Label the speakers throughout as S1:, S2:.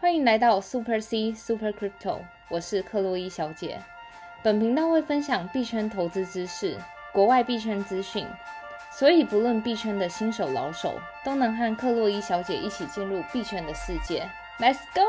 S1: 欢迎来到 Super C Super Crypto，我是克洛伊小姐。本频道会分享币圈投资知识、国外币圈资讯，所以不论币圈的新手老手，都能和克洛伊小姐一起进入币圈的世界。Let's go！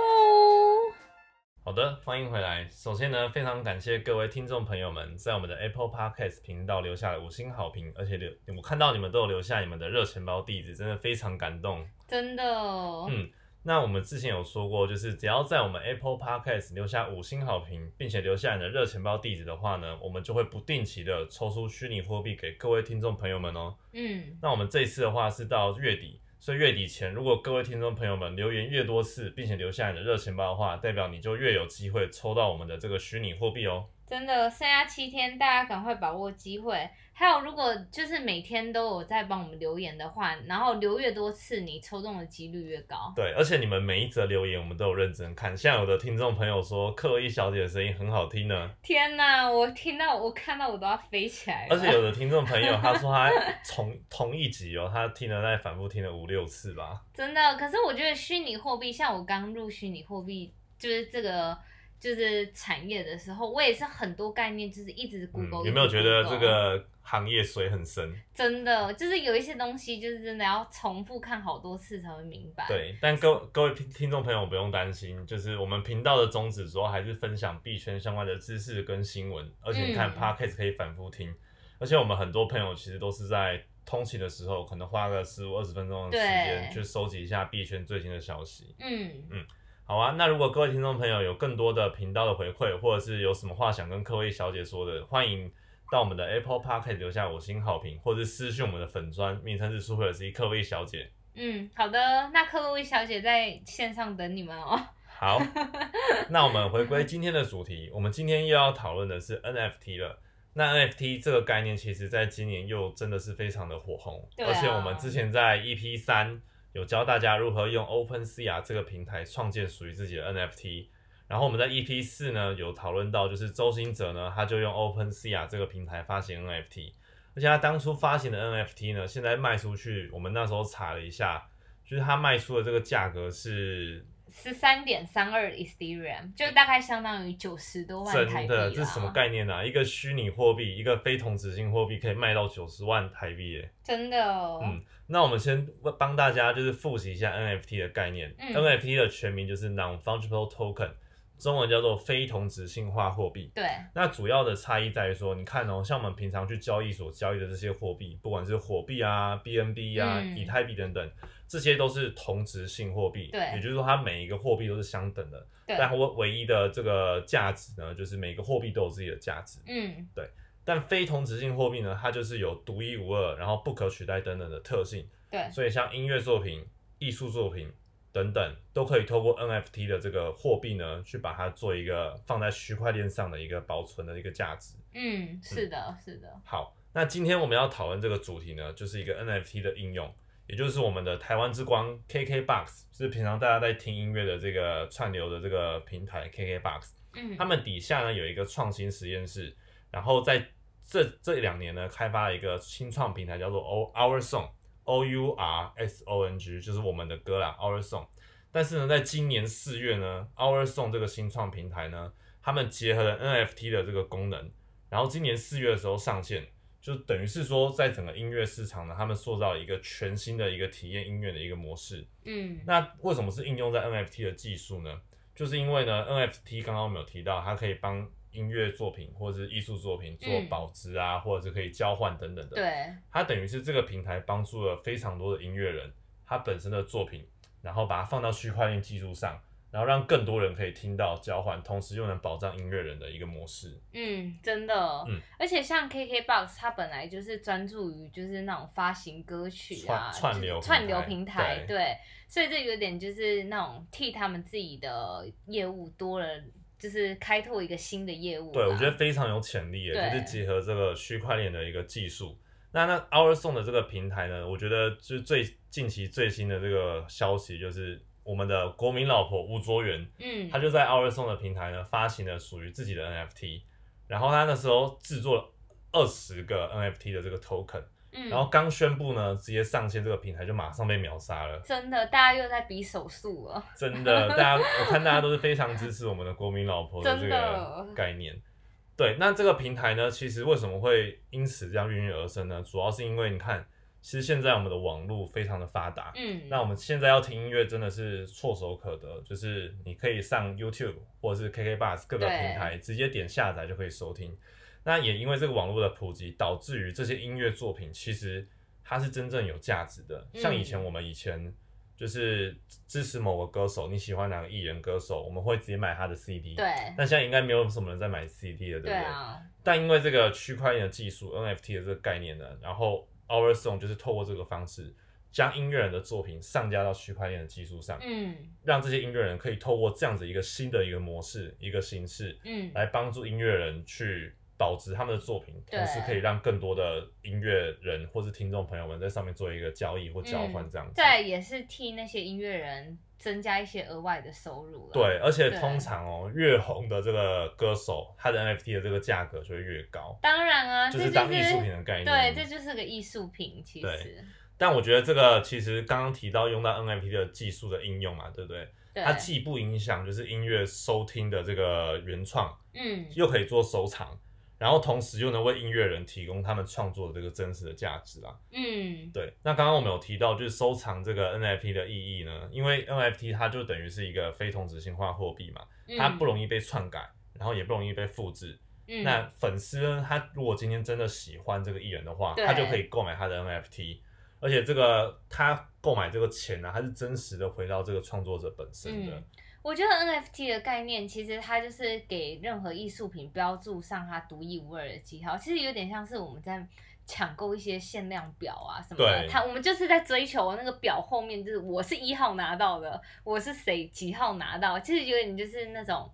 S2: 好的，欢迎回来。首先呢，非常感谢各位听众朋友们在我们的 Apple Podcast 频道留下了五星好评，而且留我看到你们都有留下你们的热钱包地址，真的非常感动。
S1: 真的哦
S2: 嗯那我们之前有说过，就是只要在我们 Apple Podcast 留下五星好评，并且留下你的热钱包地址的话呢，我们就会不定期的抽出虚拟货币给各位听众朋友们哦。
S1: 嗯，
S2: 那我们这一次的话是到月底，所以月底前，如果各位听众朋友们留言越多次，并且留下你的热钱包的话，代表你就越有机会抽到我们的这个虚拟货币哦。
S1: 真的，剩下七天，大家赶快把握机会。还有，如果就是每天都有在帮我们留言的话，然后留越多次，你抽中的几率越高。
S2: 对，而且你们每一则留言我们都有认真看，像有的听众朋友说克洛伊小姐的声音很好听呢，
S1: 天哪！我听到我看到我都要飞起来了。
S2: 而且有的听众朋友他说他同同一集哦，他听了再反复听了五六次吧。
S1: 真的，可是我觉得虚拟货币，像我刚入虚拟货币，就是这个就是产业的时候，我也是很多概念就是一直
S2: 嗯
S1: Google，、，
S2: 有没有觉得这？个行业水很深？
S1: 真的，就是有一些东西，就是真的要重复看好多次才会明白。，
S2: 对，但各各位听听众朋友不用担心，就是我们频道的宗旨主要还是分享币圈相关的知识跟新闻，而且你看
S1: 嗯
S2: podcast 可以反复听，而且我们很多朋友其实都是在通勤的时候，可能花个十五二十分钟的时间
S1: 对
S2: 去收集一下币圈最新的消息。
S1: 嗯，
S2: 好啊，那如果各位听众朋友有更多的频道的回馈，或者是有什么话想跟各位小姐说的，欢迎。到我们的 Apple Podcast 留下五星好评，或者私讯我们的粉砖，名称是 Super C 克位小姐。
S1: 嗯，好的，那克洛伊小姐在线上等你们哦。
S2: 好，那我们回归今天的主题，我们今天又要讨论的是 NFT 了。那 NFT 这个概念，其实在今年又真的是非常的火红，
S1: 对啊
S2: 而且我们之前在 EP 三有教大家如何用 OpenSea 这个平台创建属于自己的 NFT。然后我们在 EP 四呢有讨论到，就是周星哲呢，他就用 OpenSea 这个平台发行 NFT，而且他当初发行的 NFT 呢，现在卖出去，我们那时候查了一下，就是他卖出的这个价格是
S1: 十三点三二 Ethereum 就大概相当于九十多万台
S2: 真
S1: 币啦
S2: 的，这是什么概念啊？一个虚拟货币，一个非同质性货币可以卖到九十万台币耶！
S1: 真的、哦，
S2: 嗯那我们先帮大家就是复习一下 NFT 的概念。
S1: 嗯
S2: NFT 的全名就是 Non-Fungible Token，中文叫做非同质性化货币。
S1: 对，
S2: 那主要的差异在于说，你看哦，像我们平常去交易所交易的这些货币，不管是火币啊、BNB 啊、
S1: 嗯
S2: 以太币等等，这些都是同质性货币，
S1: 对
S2: 也就是说它每一个货币都是相等的，
S1: 对
S2: 但唯唯一的这个价值呢，就是每个货币都有自己的价值。
S1: 嗯，
S2: 但非同质性货币呢，它就是有独一无二，然后不可取代等等的特性，
S1: 对，
S2: 所以像音乐作品、艺术作品等等，都可以透过 NFT 的这个货币呢，去把它做一个放在区块链上的一个保存的一个价值。
S1: 嗯，是的，是的，
S2: 好，那今天我们要讨论这个主题呢，就是一个 NFT 的应用，也就是我们的台湾之光 KKBox，是平常大家在听音乐的这个串流的这个平台 KKBox，
S1: 嗯，
S2: 他们底下呢有一个创新实验室，然后在这这两年呢开发了一个新创平台，叫做 O Our Song O U R S O N G，就是我们的歌啦 Our Song。但是呢，在今年四月呢，Our Song 这个新创平台呢，他们结合了 NFT 的这个功能，然后今年四月的时候上线，就等于是说，在整个音乐市场呢，他们塑造了一个全新的一个体验音乐的一个模式。
S1: 嗯，
S2: 那为什么是应用在 NFT 的技术呢？就是因为呢，NFT 刚刚我们有提到，它可以帮音乐作品或者是艺术作品做
S1: 嗯
S2: 保值啊，或者是可以交换等等的。，
S1: 对，
S2: 它等于是这个平台帮助了非常多的音乐人，他本身的作品，然后把它放到区块链技术上，然后让更多人可以听到交换，同时又能保障音乐人的一个模式。
S1: 嗯，真的，
S2: 嗯
S1: 而且像 KKBOX，它本来就是专注于就是那种发行歌曲啊，
S2: 串
S1: 就是
S2: 串流平台
S1: 串流平台，
S2: 对
S1: 对，所以这有点就是那种替他们自己的业务多了，就是开拓一个新的业务啦。
S2: 对，我觉得非常有潜力耶，
S1: 对
S2: 就是结合这个区块链的一个技术。那那 Our Song 的这个平台呢，我觉得就是最近期最新的这个消息，就是我们的国民老婆吴卓源，
S1: 嗯，
S2: 她就在 Our Song 的平台呢发行了属于自己的 NFT，然后她那时候制作了二十个 NFT 的这个 token，然
S1: 嗯，
S2: 后刚宣布呢，直接上线这个平台就马上被秒杀了，
S1: 真的，大家又在比手速了。
S2: 真的，大家我看大家都是非常支持我们的国民老婆的这
S1: 真的
S2: 个概念。对，那这个平台呢，其实为什么会因此这样孕育而生呢？主要是因为你看，其实现在我们的网络非常的发达，
S1: 嗯，
S2: 那我们现在要听音乐真的是唾手可得，就是你可以上 YouTube 或者是 KK Bus 各个
S1: 对
S2: 平台直接点下载就可以收听。那也因为这个网络的普及，导致于这些音乐作品其实它是真正有价值的。
S1: 嗯
S2: 像以前我们以前就是支持某个歌手，你喜欢哪个艺人歌手，我们会直接买他的 CD。
S1: 对。
S2: 但现在应该没有什么人在买 CD 了，对不
S1: 对啊，
S2: 但因为这个区块链的技术 NFT 的这个概念呢，然后 Our Song 就是透过这个方式，将音乐人的作品上架到区块链的技术上，
S1: 嗯
S2: 让这些音乐人可以透过这样子一个新的一个模式、一个形式，
S1: 嗯，
S2: 来帮助音乐人去保值他们的作品，
S1: 对
S2: 同时可以让更多的音乐人或是听众朋友们在上面做一个交易或交
S1: 嗯
S2: 换这样子。
S1: 再也是替那些音乐人增加一些额外的收入了。
S2: 对，而且
S1: 对
S2: 通常哦，越红的这个歌手，他的 NFT 的这个价格就会越高，
S1: 当然啊，
S2: 就
S1: 这
S2: 是当艺术品的概念。
S1: 对，这就是个艺术品，其实
S2: 对。但我觉得这个其实刚刚提到用到 NFT 的技术的应用嘛，对不对？
S1: 对，
S2: 它既不影响就是音乐收听的这个原创，
S1: 嗯，
S2: 又可以做收藏，然后同时又能为音乐人提供他们创作的这个真实的价值啦。
S1: 嗯，
S2: 对，那刚刚我们有提到就是收藏这个 NFT 的意义呢，因为 NFT 它就等于是一个非同质性化货币嘛，它
S1: 嗯
S2: 不容易被篡改，然后也不容易被复制。
S1: 易
S2: 那粉丝呢，他如果今天真的喜欢这个艺人的话，
S1: 对
S2: 他就可以购买他的 NFT，而且这个他购买这个钱呢、他是真实的回到这个创作者本身的。
S1: 嗯我觉得 NFT 的概念其实它就是给任何艺术品标注上它独一无二的记号，其实有点像是我们在抢购一些限量表啊什么的，
S2: 对
S1: 它我们就是在追求那个表后面就是我是一号拿到的，我是谁几号拿到，其实有点就是那种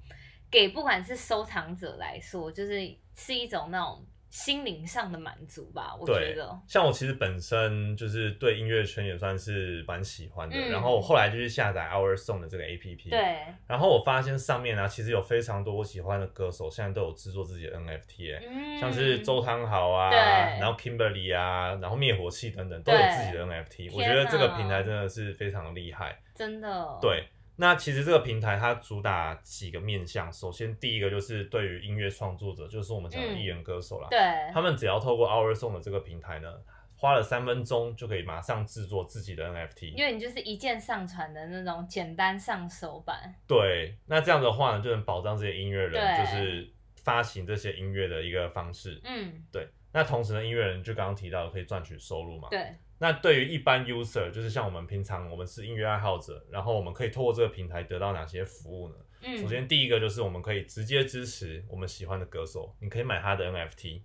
S1: 给不管是收藏者来说，就是是一种那种心灵上的满足吧，我觉
S2: 对
S1: 得，
S2: 像我其实本身就是对音乐圈也算是蛮喜欢的，
S1: 嗯
S2: 然后我后来就去下载 Our Song 的这个 APP，
S1: 对，
S2: 然后我发现上面呢、其实有非常多我喜欢的歌手，现在都有制作自己的 NFT，、欸
S1: 嗯，
S2: 像是周汤豪啊，
S1: 对
S2: 然后 Kimberly 啊，然后灭火器等等都有
S1: 对
S2: 自己的 NFT，我
S1: 天
S2: 觉得
S1: 哪
S2: 这个平台真的是非常厉害。
S1: 真的，
S2: 对，那其实这个平台它主打几个面向，首先第一个就是对于音乐创作者，就是我们讲的
S1: 嗯
S2: 艺人歌手啦，
S1: 对，
S2: 他们只要透过 Our Song 的这个平台呢，花了三分钟就可以马上制作自己的 NFT。
S1: 因为你就是一键上传的那种简单上手版，
S2: 对，那这样的话呢，就能保障这些音乐人
S1: 对
S2: 就是发行这些音乐的一个方式。
S1: 嗯，
S2: 对，那同时呢，音乐人就刚刚提到的可以赚取收入嘛。
S1: 对，
S2: 那对于一般 user，就是像我们平常我们是音乐爱好者，然后我们可以透过这个平台得到哪些服务呢？
S1: 嗯，
S2: 首先第一个就是我们可以直接支持我们喜欢的歌手，你可以买他的 NFT。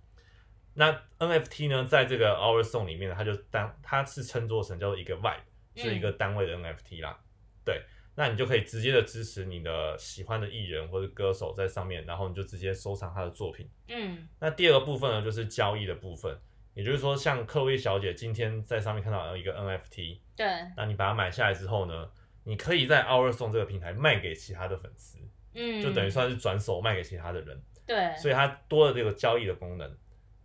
S2: 那 NFT 呢，在这个 Our Song 里面呢，它就当它是称作成叫做一个 Vibe，是一
S1: 嗯
S2: 个单位的 NFT 啦。对，那你就可以直接的支持你的喜欢的艺人或者歌手在上面，然后你就直接收藏他的作品。
S1: 嗯，
S2: 那第二个部分呢，就是交易的部分，也就是说，像克洛伊小姐今天在上面看到一个 NFT，
S1: 对，
S2: 那你把它买下来之后呢，你可以在 Our Song 这个平台卖给其他的粉丝，
S1: 嗯，
S2: 就等于算是转手卖给其他的人，
S1: 对，
S2: 所以它多了这个交易的功能。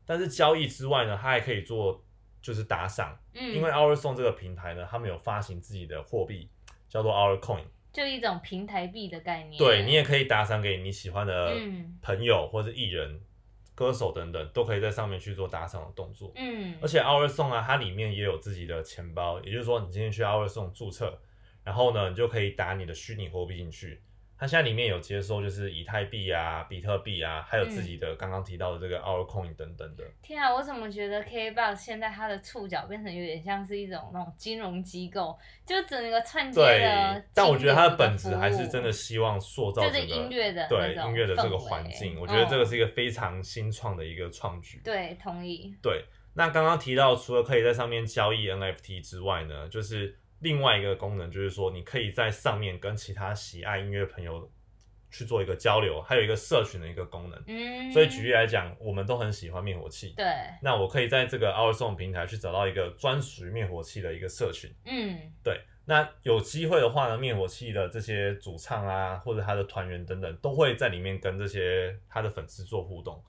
S2: 但是交易之外呢，它还可以做就是打赏，
S1: 嗯，
S2: 因为 Our Song 这个平台呢，他们有发行自己的货币，叫做 Our Coin，
S1: 就一种平台币的概念，
S2: 对你也可以打赏给你喜欢的
S1: 嗯
S2: 朋友或者艺人、歌手等等，都可以在上面去做打赏的动作。
S1: 嗯，
S2: 而且 Our Song 啊，它里面也有自己的钱包，也就是说，你今天去 Our Song 注册，然后呢，你就可以打你的虚拟货币进去。它现在里面有接收就是以太币啊、比特币啊，还有自己
S1: 嗯
S2: 的刚刚提到的这个 Our Coin 等等的。
S1: 天啊，我怎么觉得 KBox 现在它的触角变成有点像是一种那种金融机构，就整个串接
S2: 对
S1: 的，，
S2: 但我觉得它的本质还是真的。希望塑造
S1: 就
S2: 整
S1: 是
S2: 个
S1: 音乐的
S2: 对
S1: 那种
S2: 音乐的这个
S1: 氛围
S2: 环境，我觉得这个
S1: 嗯
S2: 是一个非常新创的一个创举。
S1: 对，同意。
S2: 对，那刚刚提到，除了可以在上面交易 NFT 之外呢，就是另外一个功能，就是说你可以在上面跟其他喜爱音乐朋友去做一个交流，还有一个社群的一个功能。
S1: 嗯，
S2: 所以举例来讲，我们都很喜欢灭火器，
S1: 对，
S2: 那我可以在这个 Our Song 平台去找到一个专属于灭火器的一个社群。
S1: 嗯
S2: 对，那有机会的话呢，灭火器的这些主唱啊，或者他的团员等等，都会在里面跟这些他的粉丝做互动。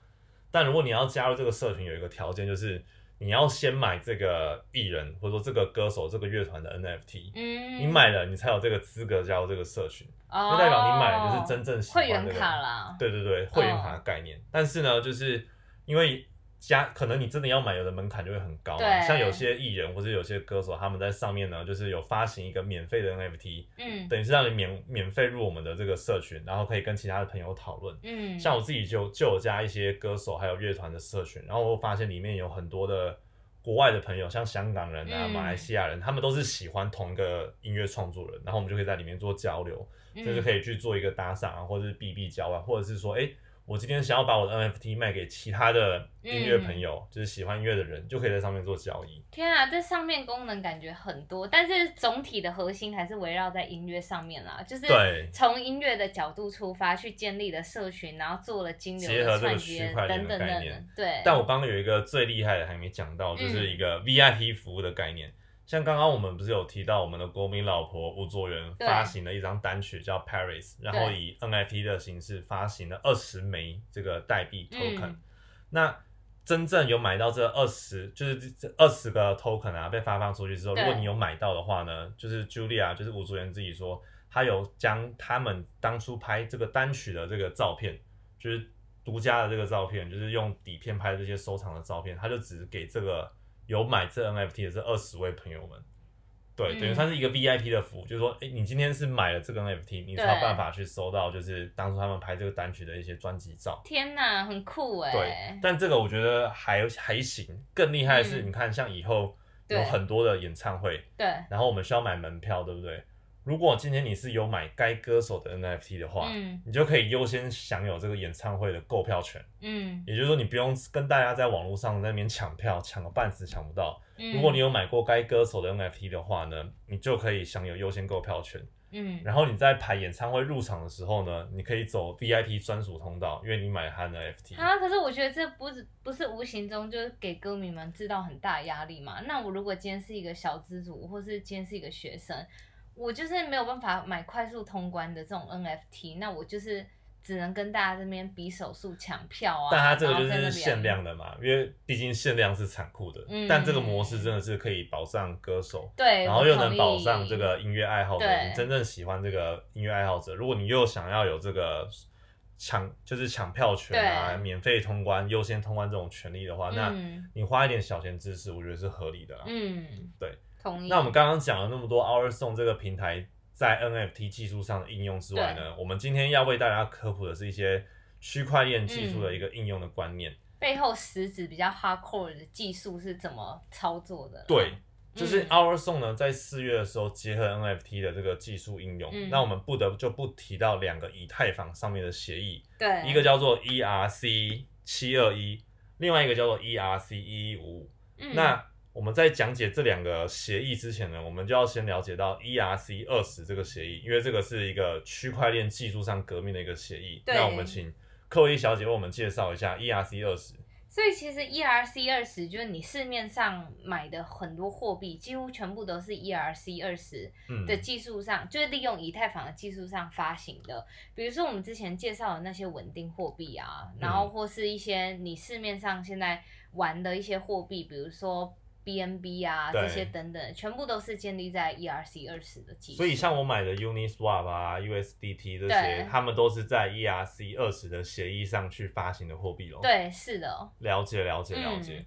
S2: 但如果你要加入这个社群，有一个条件就是你要先买这个艺人或者说这个歌手这个乐团的 NFT，、
S1: 嗯，
S2: 你买了你才有这个资格加入这个社群，
S1: 哦，
S2: 就代表你买的就是真正喜欢
S1: 会
S2: 的人。
S1: 员卡啦，
S2: 对对对，会员卡
S1: 嗯
S2: 的概念。但是呢，就是因为加，可能你真的要买，有的门槛就会很高嘛。
S1: 对
S2: 像有些艺人或者有些歌手，他们在上面呢，就是有发行一个免费的 NFT，
S1: 嗯
S2: 等于是让你免免费入我们的这个社群，然后可以跟其他的朋友讨论。
S1: 嗯，
S2: 像我自己就就有加一些歌手还有乐团的社群，然后我发现里面有很多的国外的朋友，像香港人啊、
S1: 嗯
S2: 马来西亚人，他们都是喜欢同一个音乐创作人，然后我们就可以在里面做交流。就是可
S1: 以，
S2: 以去做一个打赏啊，或者是避避交啊，或者是说，哎、我今天想要把我的 NFT 卖给其他的音乐朋友，就是喜欢音乐的人，就可以在上面做交易。
S1: 天啊，这上面功能感觉很多，但是总体的核心还是围绕在音乐上面啦，就是
S2: 对
S1: 从音乐的角度出发去建立的社群，然后做了金流
S2: 结
S1: 的
S2: 合这个
S1: 串
S2: 区
S1: 接
S2: 块链
S1: 等
S2: 的
S1: 等
S2: 概
S1: 等
S2: 念
S1: 等，对，嗯
S2: 但我刚刚有一个最厉害的还没讲到，就是一个 VIP 服务的概念。像刚刚我们不是有提到我们的国民老婆吴卓源
S1: 对
S2: 发行了一张单曲叫 Paris，然后
S1: 对
S2: 以 NFT 的形式发行了二十枚这个代币 token，、
S1: 嗯
S2: 那真正有买到这二十，就是这二十个 token 啊，被发放出去之后，
S1: 对
S2: 如果你有买到的话呢，就是 Julia，就是吴卓源自己说，他有将他们当初拍这个单曲的这个照片，就是独家的这个照片，就是用底片拍的这些收藏的照片，他就只给这个有买这 NFT 的这二十位朋友们。对，
S1: 嗯
S2: 等于算是一个 VIP 的服务，就是说，哎、你今天是买了这个 NFT，你才有办法去收到，就是当初他们拍这个单曲的一些专辑照。
S1: 天哪，很酷哎、
S2: 对，但这个我觉得还还行。更厉害的是，
S1: 嗯
S2: 你看，像以后有
S1: 对
S2: 很多的演唱会，
S1: 对，
S2: 然后我们需要买门票，对不对？如果今天你是有买该歌手的 NFT 的话，
S1: 嗯
S2: 你就可以优先享有这个演唱会的购票权，
S1: 嗯，
S2: 也就是说，你不用跟大家在网络上在那边抢票，抢个半死抢不到。
S1: 嗯
S2: 如果你有买过该歌手的 NFT 的话呢，你就可以享有优先购票权。
S1: 嗯
S2: 然后你在排演唱会入场的时候呢，你可以走 VIP 专属通道，因为你买了他的 NFT。
S1: 啊，可是我觉得这不是不是无形中就是给歌迷们制造很大压力嘛？那我如果今天是一个小资族，或是今天是一个学生，我就是没有办法买快速通关的这种 NFT，那我就是只能跟大家这边比手速抢票啊。
S2: 但它这个就
S1: 然后在那
S2: 是
S1: 边
S2: 限量，的嘛，因为毕竟限量是残酷的。
S1: 嗯
S2: 但这个模式真的是可以保障歌手，
S1: 对，
S2: 然后又
S1: 我同
S2: 能
S1: 意
S2: 保障这个啊音乐爱好者，
S1: 对
S2: 你真正喜欢这个音乐爱好者。如果你又想要有这个抢，就是抢票权啊，
S1: 对
S2: 免费通关、优先通关这种权利的话，那
S1: 嗯
S2: 你花一点小钱支持，我觉得是合理的啦。
S1: 嗯，
S2: 对，
S1: 同意。
S2: 那我们刚刚讲了那么多 Our Song 这个平台在 NFT 技术上的应用之外呢，我们今天要为大家科普的是一些区块链技
S1: 嗯
S2: 术的一个应用的观念。
S1: 背后实质比较 hardcore 的技术是怎么操作的？
S2: 对，，就是
S1: 嗯
S2: Our Song 呢，在四月的时候结合 NFT 的这个技术应用，
S1: 嗯
S2: 那我们不得就不提到两个以太坊上面的协议，
S1: 对，
S2: 一个叫做 ERC 七二一，另外一个叫做 ERC 一一五五。
S1: 嗯
S2: 那我们在讲解这两个协议之前呢，我们就要先了解到 ERC 二十这个协议，因为这个是一个区块链技术上革命的一个协议。
S1: 对
S2: 那我们请克洛伊小姐为我们介绍一下 ERC 二十。
S1: 所以其实 ERC 二十就是你市面上买的很多货币，几乎全部都是 ERC 二十
S2: 嗯，
S1: 的技术上，就是利用以太坊的技术上发行的。比如说我们之前介绍的那些稳定货币啊，
S2: 嗯
S1: 然后或是一些你市面上现在玩的一些货币，比如说 BNB 啊
S2: 对
S1: 这些等等，全部都是建立在 ERC 二十的技术。
S2: 所以像我买的 Uniswap 啊、USDT 这些
S1: 对，
S2: 他们都是在 ERC 二十的协议上去发行的货币咯。，
S1: 对，是的哦。
S2: 了解了解
S1: 嗯
S2: 了解。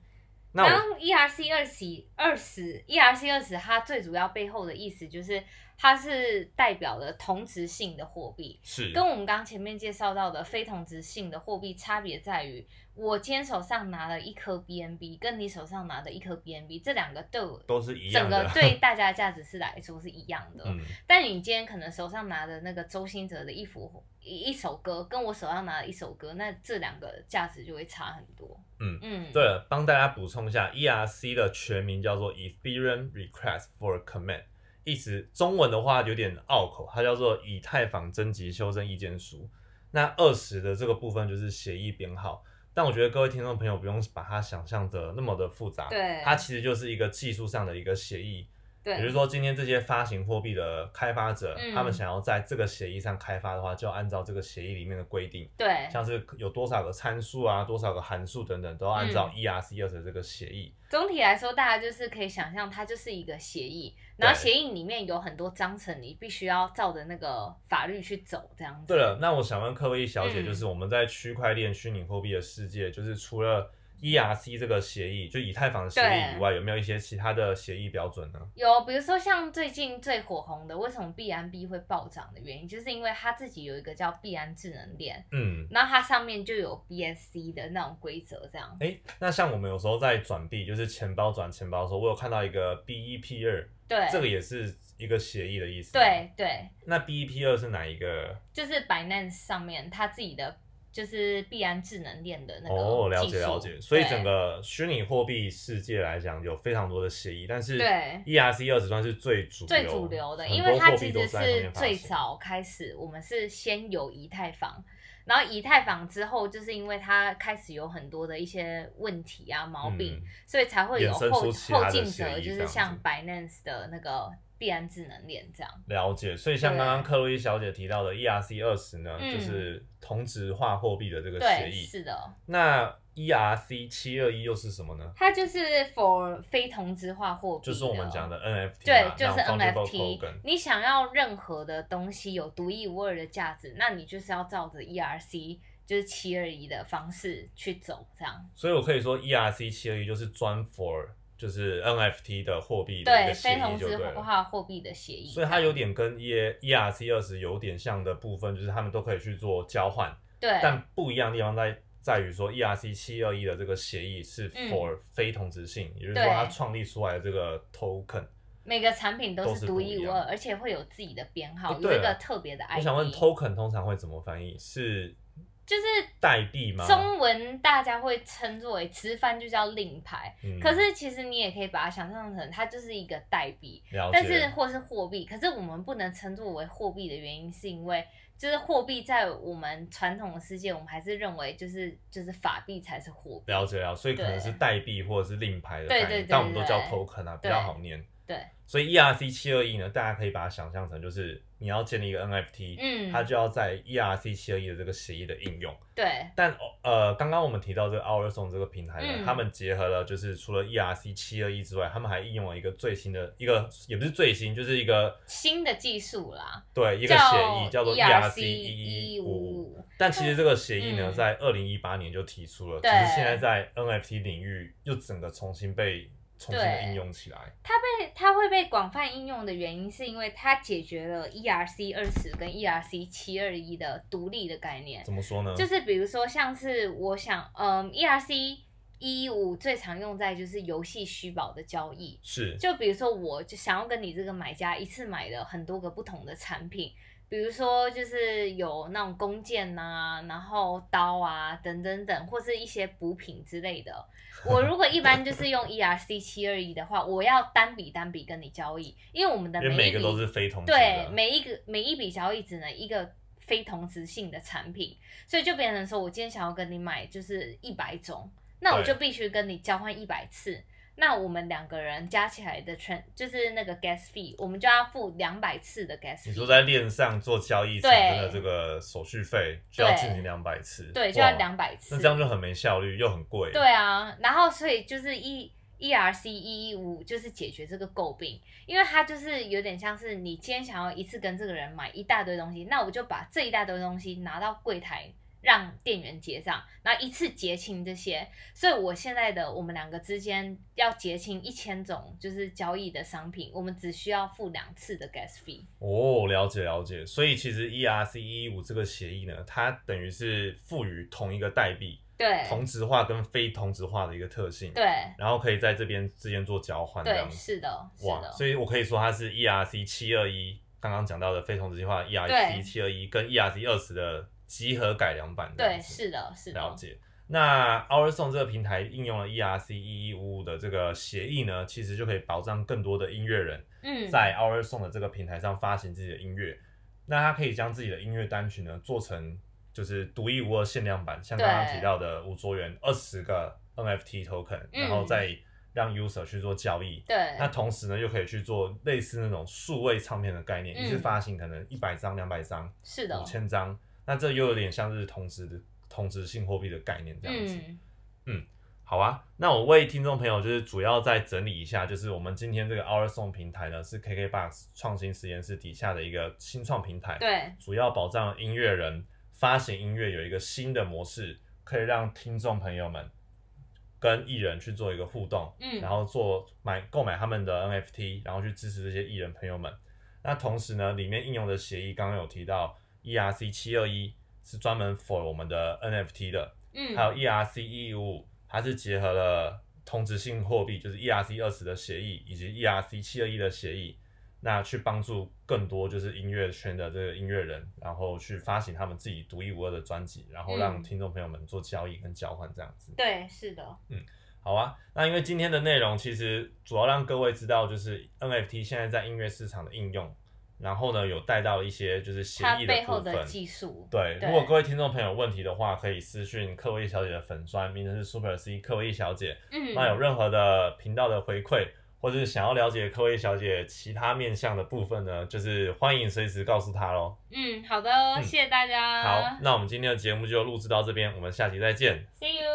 S2: 那
S1: 然
S2: 我
S1: 后 ERC E 二十二十 ERC 二十，它最主要背后的意思就是，它是代表了同质性的货币，
S2: 是
S1: 跟我们刚刚前面介绍到的非同质性的货币差别在于，我今天手上拿了一颗 BNB，跟你手上拿的一颗 BNB，这两个对我
S2: 都是一
S1: 整
S2: 样的
S1: 个。 对大家的价值是来说是一样的。
S2: 嗯，
S1: 但你今天可能手上拿的那个周兴哲的一幅一一首歌，跟我手上拿的一首歌，那这两个价值就会差很多。
S2: 嗯
S1: 嗯，
S2: 对了，帮大家补充一下，ERC 的全名叫做 Ethereum Request for Command，意思中文的话有点拗口，它叫做以太坊征集修正意见书。那二十的这个部分就是协议编号，但我觉得各位听众朋友不用把它想象的那么的复杂，
S1: 对
S2: 它其实就是一个技术上的一个协议。也就是
S1: 对，
S2: 说，今天这些发行货币的开发者，
S1: 嗯
S2: 他们想要在这个协议上开发的话，就要按照这个协议里面的规定，
S1: 对，
S2: 像是有多少个参数啊、多少个函数等等，都要按照
S1: 嗯
S2: ERC 二十这个协议。
S1: 总体来说，大家就是可以想象，它就是一个协议，然后
S2: 对
S1: 协议里面有很多章程，你必须要照着那个法律去走，这样子。
S2: 对了，那我想问克洛伊小姐，
S1: 嗯
S2: 就是我们在区块链虚拟货币的世界，就是除了 ERC 这个协议，就以太坊协议
S1: 对
S2: 以外，有没有一些其他的协议标准呢？
S1: 有，比如说像最近最火红的，为什么币安币会暴涨的原因，就是因为它自己有一个叫币安智能链，
S2: 嗯，
S1: 然后它上面就有 BSC 的那种规则，这样。
S2: 哎，那像我们有时候在转币，就是钱包转钱包的时候，我有看到一个 B 一 P 二，
S1: 对，
S2: 这个也是一个协议的意思。。
S1: 对对，
S2: 那 B E P 二是哪一个？
S1: 就是 Binance 上面它自己的就是币安智能链的那个
S2: 哦，了
S1: 技
S2: 解
S1: 术
S2: 了解。所以
S1: 对
S2: 整个虚拟货币世界来讲，有非常多的协议，但是
S1: 对
S2: E R C 二十算是最主流
S1: 最主流的，
S2: 很多
S1: 因为它
S2: 货
S1: 其
S2: 币都
S1: 实
S2: 在上面
S1: 是
S2: 发
S1: 最
S2: 行。
S1: 早开始，我们是先有以太坊，然后以太坊之后，就是因为它开始有很多的一些问题啊、毛病，
S2: 嗯
S1: 所以才会有
S2: 衍生
S1: 后
S2: 出其他
S1: 后
S2: 的
S1: 进
S2: 协
S1: 者，
S2: 议
S1: 就
S2: 这
S1: 是
S2: 样
S1: 像
S2: 子
S1: Binance 的那个必然智能链这样。
S2: 了解，所以像
S1: 对
S2: 刚刚克洛伊小姐提到的 ERC 二十呢，
S1: 嗯
S2: 就是同质化货币的这个协
S1: 对，
S2: 议。
S1: 是的，
S2: 那 ERC 七二一又是什么呢？
S1: 它就是 for 非同质化货币，
S2: 就是我们讲
S1: 的。
S2: 的 NFT，
S1: 对
S2: 嘛，
S1: 就是
S2: Non-fungible
S1: NFT
S2: token。
S1: 你想要任何的东西有独一无二的价值，那你就是要照着 ERC 就是七二一的方式去走，这样
S2: 所以我可以说 ERC 七二一就是专 for 就是 NFT 的货币的一
S1: 对
S2: 个协
S1: 非
S2: 议
S1: 同
S2: 就
S1: 质
S2: 对了。
S1: 化货币的协议。
S2: 所以它有点跟 E ERC 二十有点像的部分，就是他们都可以去做交换，
S1: 对
S2: 但不一样的地方在在于说 ERC 七二一的这个协议是
S1: 嗯
S2: for 非同质性，也就是说
S1: 对
S2: 它创立出来的这个 token。
S1: 每个产品都
S2: 都
S1: 是
S2: 是
S1: 独
S2: 不
S1: 一
S2: 一
S1: 无
S2: 样
S1: 二，而且会有自己的编号，
S2: 哎
S1: 有
S2: 对
S1: 一个
S2: 了
S1: 特别的 ID。
S2: 我想问 token 通常会怎么翻译？是
S1: 就是
S2: 代币吗？
S1: 中文大家会称作为吃饭就叫令牌，
S2: 嗯
S1: 可是其实你也可以把它想象成它就是一个代币，
S2: 了
S1: 但是
S2: 解，
S1: 或是货币，可是我们不能称作为货币的原因，是因为就是货币在我们传统的世界，我们还是认为就是就是法币才是货币。
S2: 了解了，所以可能
S1: 对
S2: 是代币或者是令牌的
S1: 对
S2: 概
S1: 对
S2: 念
S1: 对，
S2: 但我们都叫
S1: 对
S2: token 啊，比
S1: 对
S2: 较好念。
S1: 对，
S2: 所以 ERC 七二一呢，大家可以把它想象成就是你要建立一个 NFT，、
S1: 嗯，
S2: 它就要在 ERC 七二一的这个协议的应用。
S1: 对
S2: 但呃，刚刚我们提到这个 OurSong 这个平台呢，
S1: 嗯
S2: 他们结合了就是除了 ERC 七二一之外，他们还应用了一个最新的一个，也不是最新，就是一个
S1: 新的技术啦，E
S2: 对一
S1: 一
S2: 个协议叫做 E
S1: ERC
S2: 一
S1: 一
S2: 一五五。
S1: E 五，
S2: 但其实这个协议呢，
S1: 嗯
S2: 在二零一八年就提出了，只
S1: 对
S2: 是现在在 NFT 领域又整个重新被重新
S1: 对
S2: 地应用起来。
S1: 被它会被广泛应用的原因，是因为它解决了 ERC 二十跟 ERC 七二一的独立的概念。
S2: 怎么说呢？
S1: 就是比如说，像是我想，嗯，ERC 一 E 五最常用在就是游戏虚宝的交易，
S2: 是
S1: 就比如说，我就想要跟你这个买家一次买了很多个不同的产品，比如说就是有那种弓箭呐、然后刀啊等等等，或是一些补品之类 的。我如果一般就是用 ERC 七二一的话，我要单笔单笔跟你交易，因为我们的
S2: 因为
S1: 每一
S2: 每
S1: 笔
S2: 个都是非同质
S1: 对
S2: 的，
S1: 每一个每一笔交易只能一个非同质性的产品，所以就变成说我今天想要跟你买就是一百种，那我
S2: 对
S1: 就必须跟你交换一百次。那我们两个人加起来的 t 就是那个 gas fee，我们就要付两百次的 gas
S2: 你说
S1: fee，
S2: 在链上做交易
S1: 对
S2: 产生的这个手续费就要进行两百次，
S1: 对，就要
S2: 哇
S1: 两百次。
S2: 那这样就很没效率，又很贵。
S1: 对，啊，然后所以就是一 E R C 一一五就是解决这个诟病，因为它就是有点像是你今天想要一次跟这个人买一大堆东西，那我就把这一大堆东西拿到柜台。让店员结账，然后一次结清这些，所以我现在的我们两个之间要结清一千种就是交易的商品，我们只需要付两次的 gas fee。
S2: 哦，了解了解。所以其实 E ERC 一五这个协议呢，它等于是赋予同一个代币
S1: 对
S2: 同质化跟非同质化的一个特性，
S1: 对
S2: 然后可以在这边之间做交换，这
S1: 对，
S2: 样子。
S1: 是的，是
S2: 哇，
S1: 的，
S2: 所以我可以说它是 ERC 七二一刚刚讲到的非同质性化
S1: 对
S2: ERC 七二一跟 ERC 二十的集合改良版这样
S1: 对，
S2: 子。
S1: 是的，是
S2: 了
S1: 的，
S2: 解。那 OurSong 这个平台应用了 ERC 一一五五的这个协议呢，其实就可以保障更多的音乐人
S1: 嗯，
S2: 在 OurSong 的这个平台上发行自己的音乐。那他可以将自己的音乐单曲呢做成就是独一无二限量版，像刚刚
S1: 对
S2: 提到的五卓元二十个 NFT token，
S1: 嗯
S2: 然后再让 user 去做交易。
S1: 对
S2: 那同时呢，又可以去做类似那种数位唱片的概念，
S1: 嗯
S2: 一次发行可能一百张、两百张、
S1: 是的
S2: 五，千张，那这又有点像是同时的同质性货币的概念这样子。
S1: 嗯，
S2: 好啊，那我为听众朋友就是主要再整理一下，就是我们今天这个 Our Song 平台呢是 KKBox 创新实验室底下的一个新创平台，
S1: 对，
S2: 主要保障音乐人发行音乐有一个新的模式，可以让听众朋友们跟艺人去做一个互动，
S1: 嗯，
S2: 然后做买购买他们的 NFT，然后去支持这些艺人朋友们。那同时呢，里面应用的协议刚刚有提到 ERC 七二一是专门 for 我们的 NFT 的，
S1: 嗯，
S2: 还有 E ERC 一五，它是结合了同质性货币，就是 ERC 二十的协议以及 ERC 七二一的协议，那去帮助更多就是音乐圈的这个音乐人，然后去发行他们自己独一无二的专辑，然后让
S1: 嗯
S2: 听众朋友们做交易跟交换这样子。
S1: 对，是的，
S2: 好啊，那因为今天的内容其实主要让各位知道，就是 NFT 现在在音乐市场的应用，然后呢有带到一些就是协
S1: 它
S2: 议
S1: 背后
S2: 部
S1: 的
S2: 分。
S1: 技术，
S2: 对，
S1: 对
S2: 如果各位听众朋友有问题的话，可以私讯克洛伊小姐的粉砖，名称是 Super C 克洛伊小姐。
S1: 嗯，
S2: 那有任何的频道的回馈，或者是想要了解克洛伊小姐其他面向的部分呢，就是欢迎随时告诉她喽。
S1: 嗯，好的，谢谢大家，
S2: 好，那我们今天的节目就录制到这边，我们下期再见。
S1: ，See you。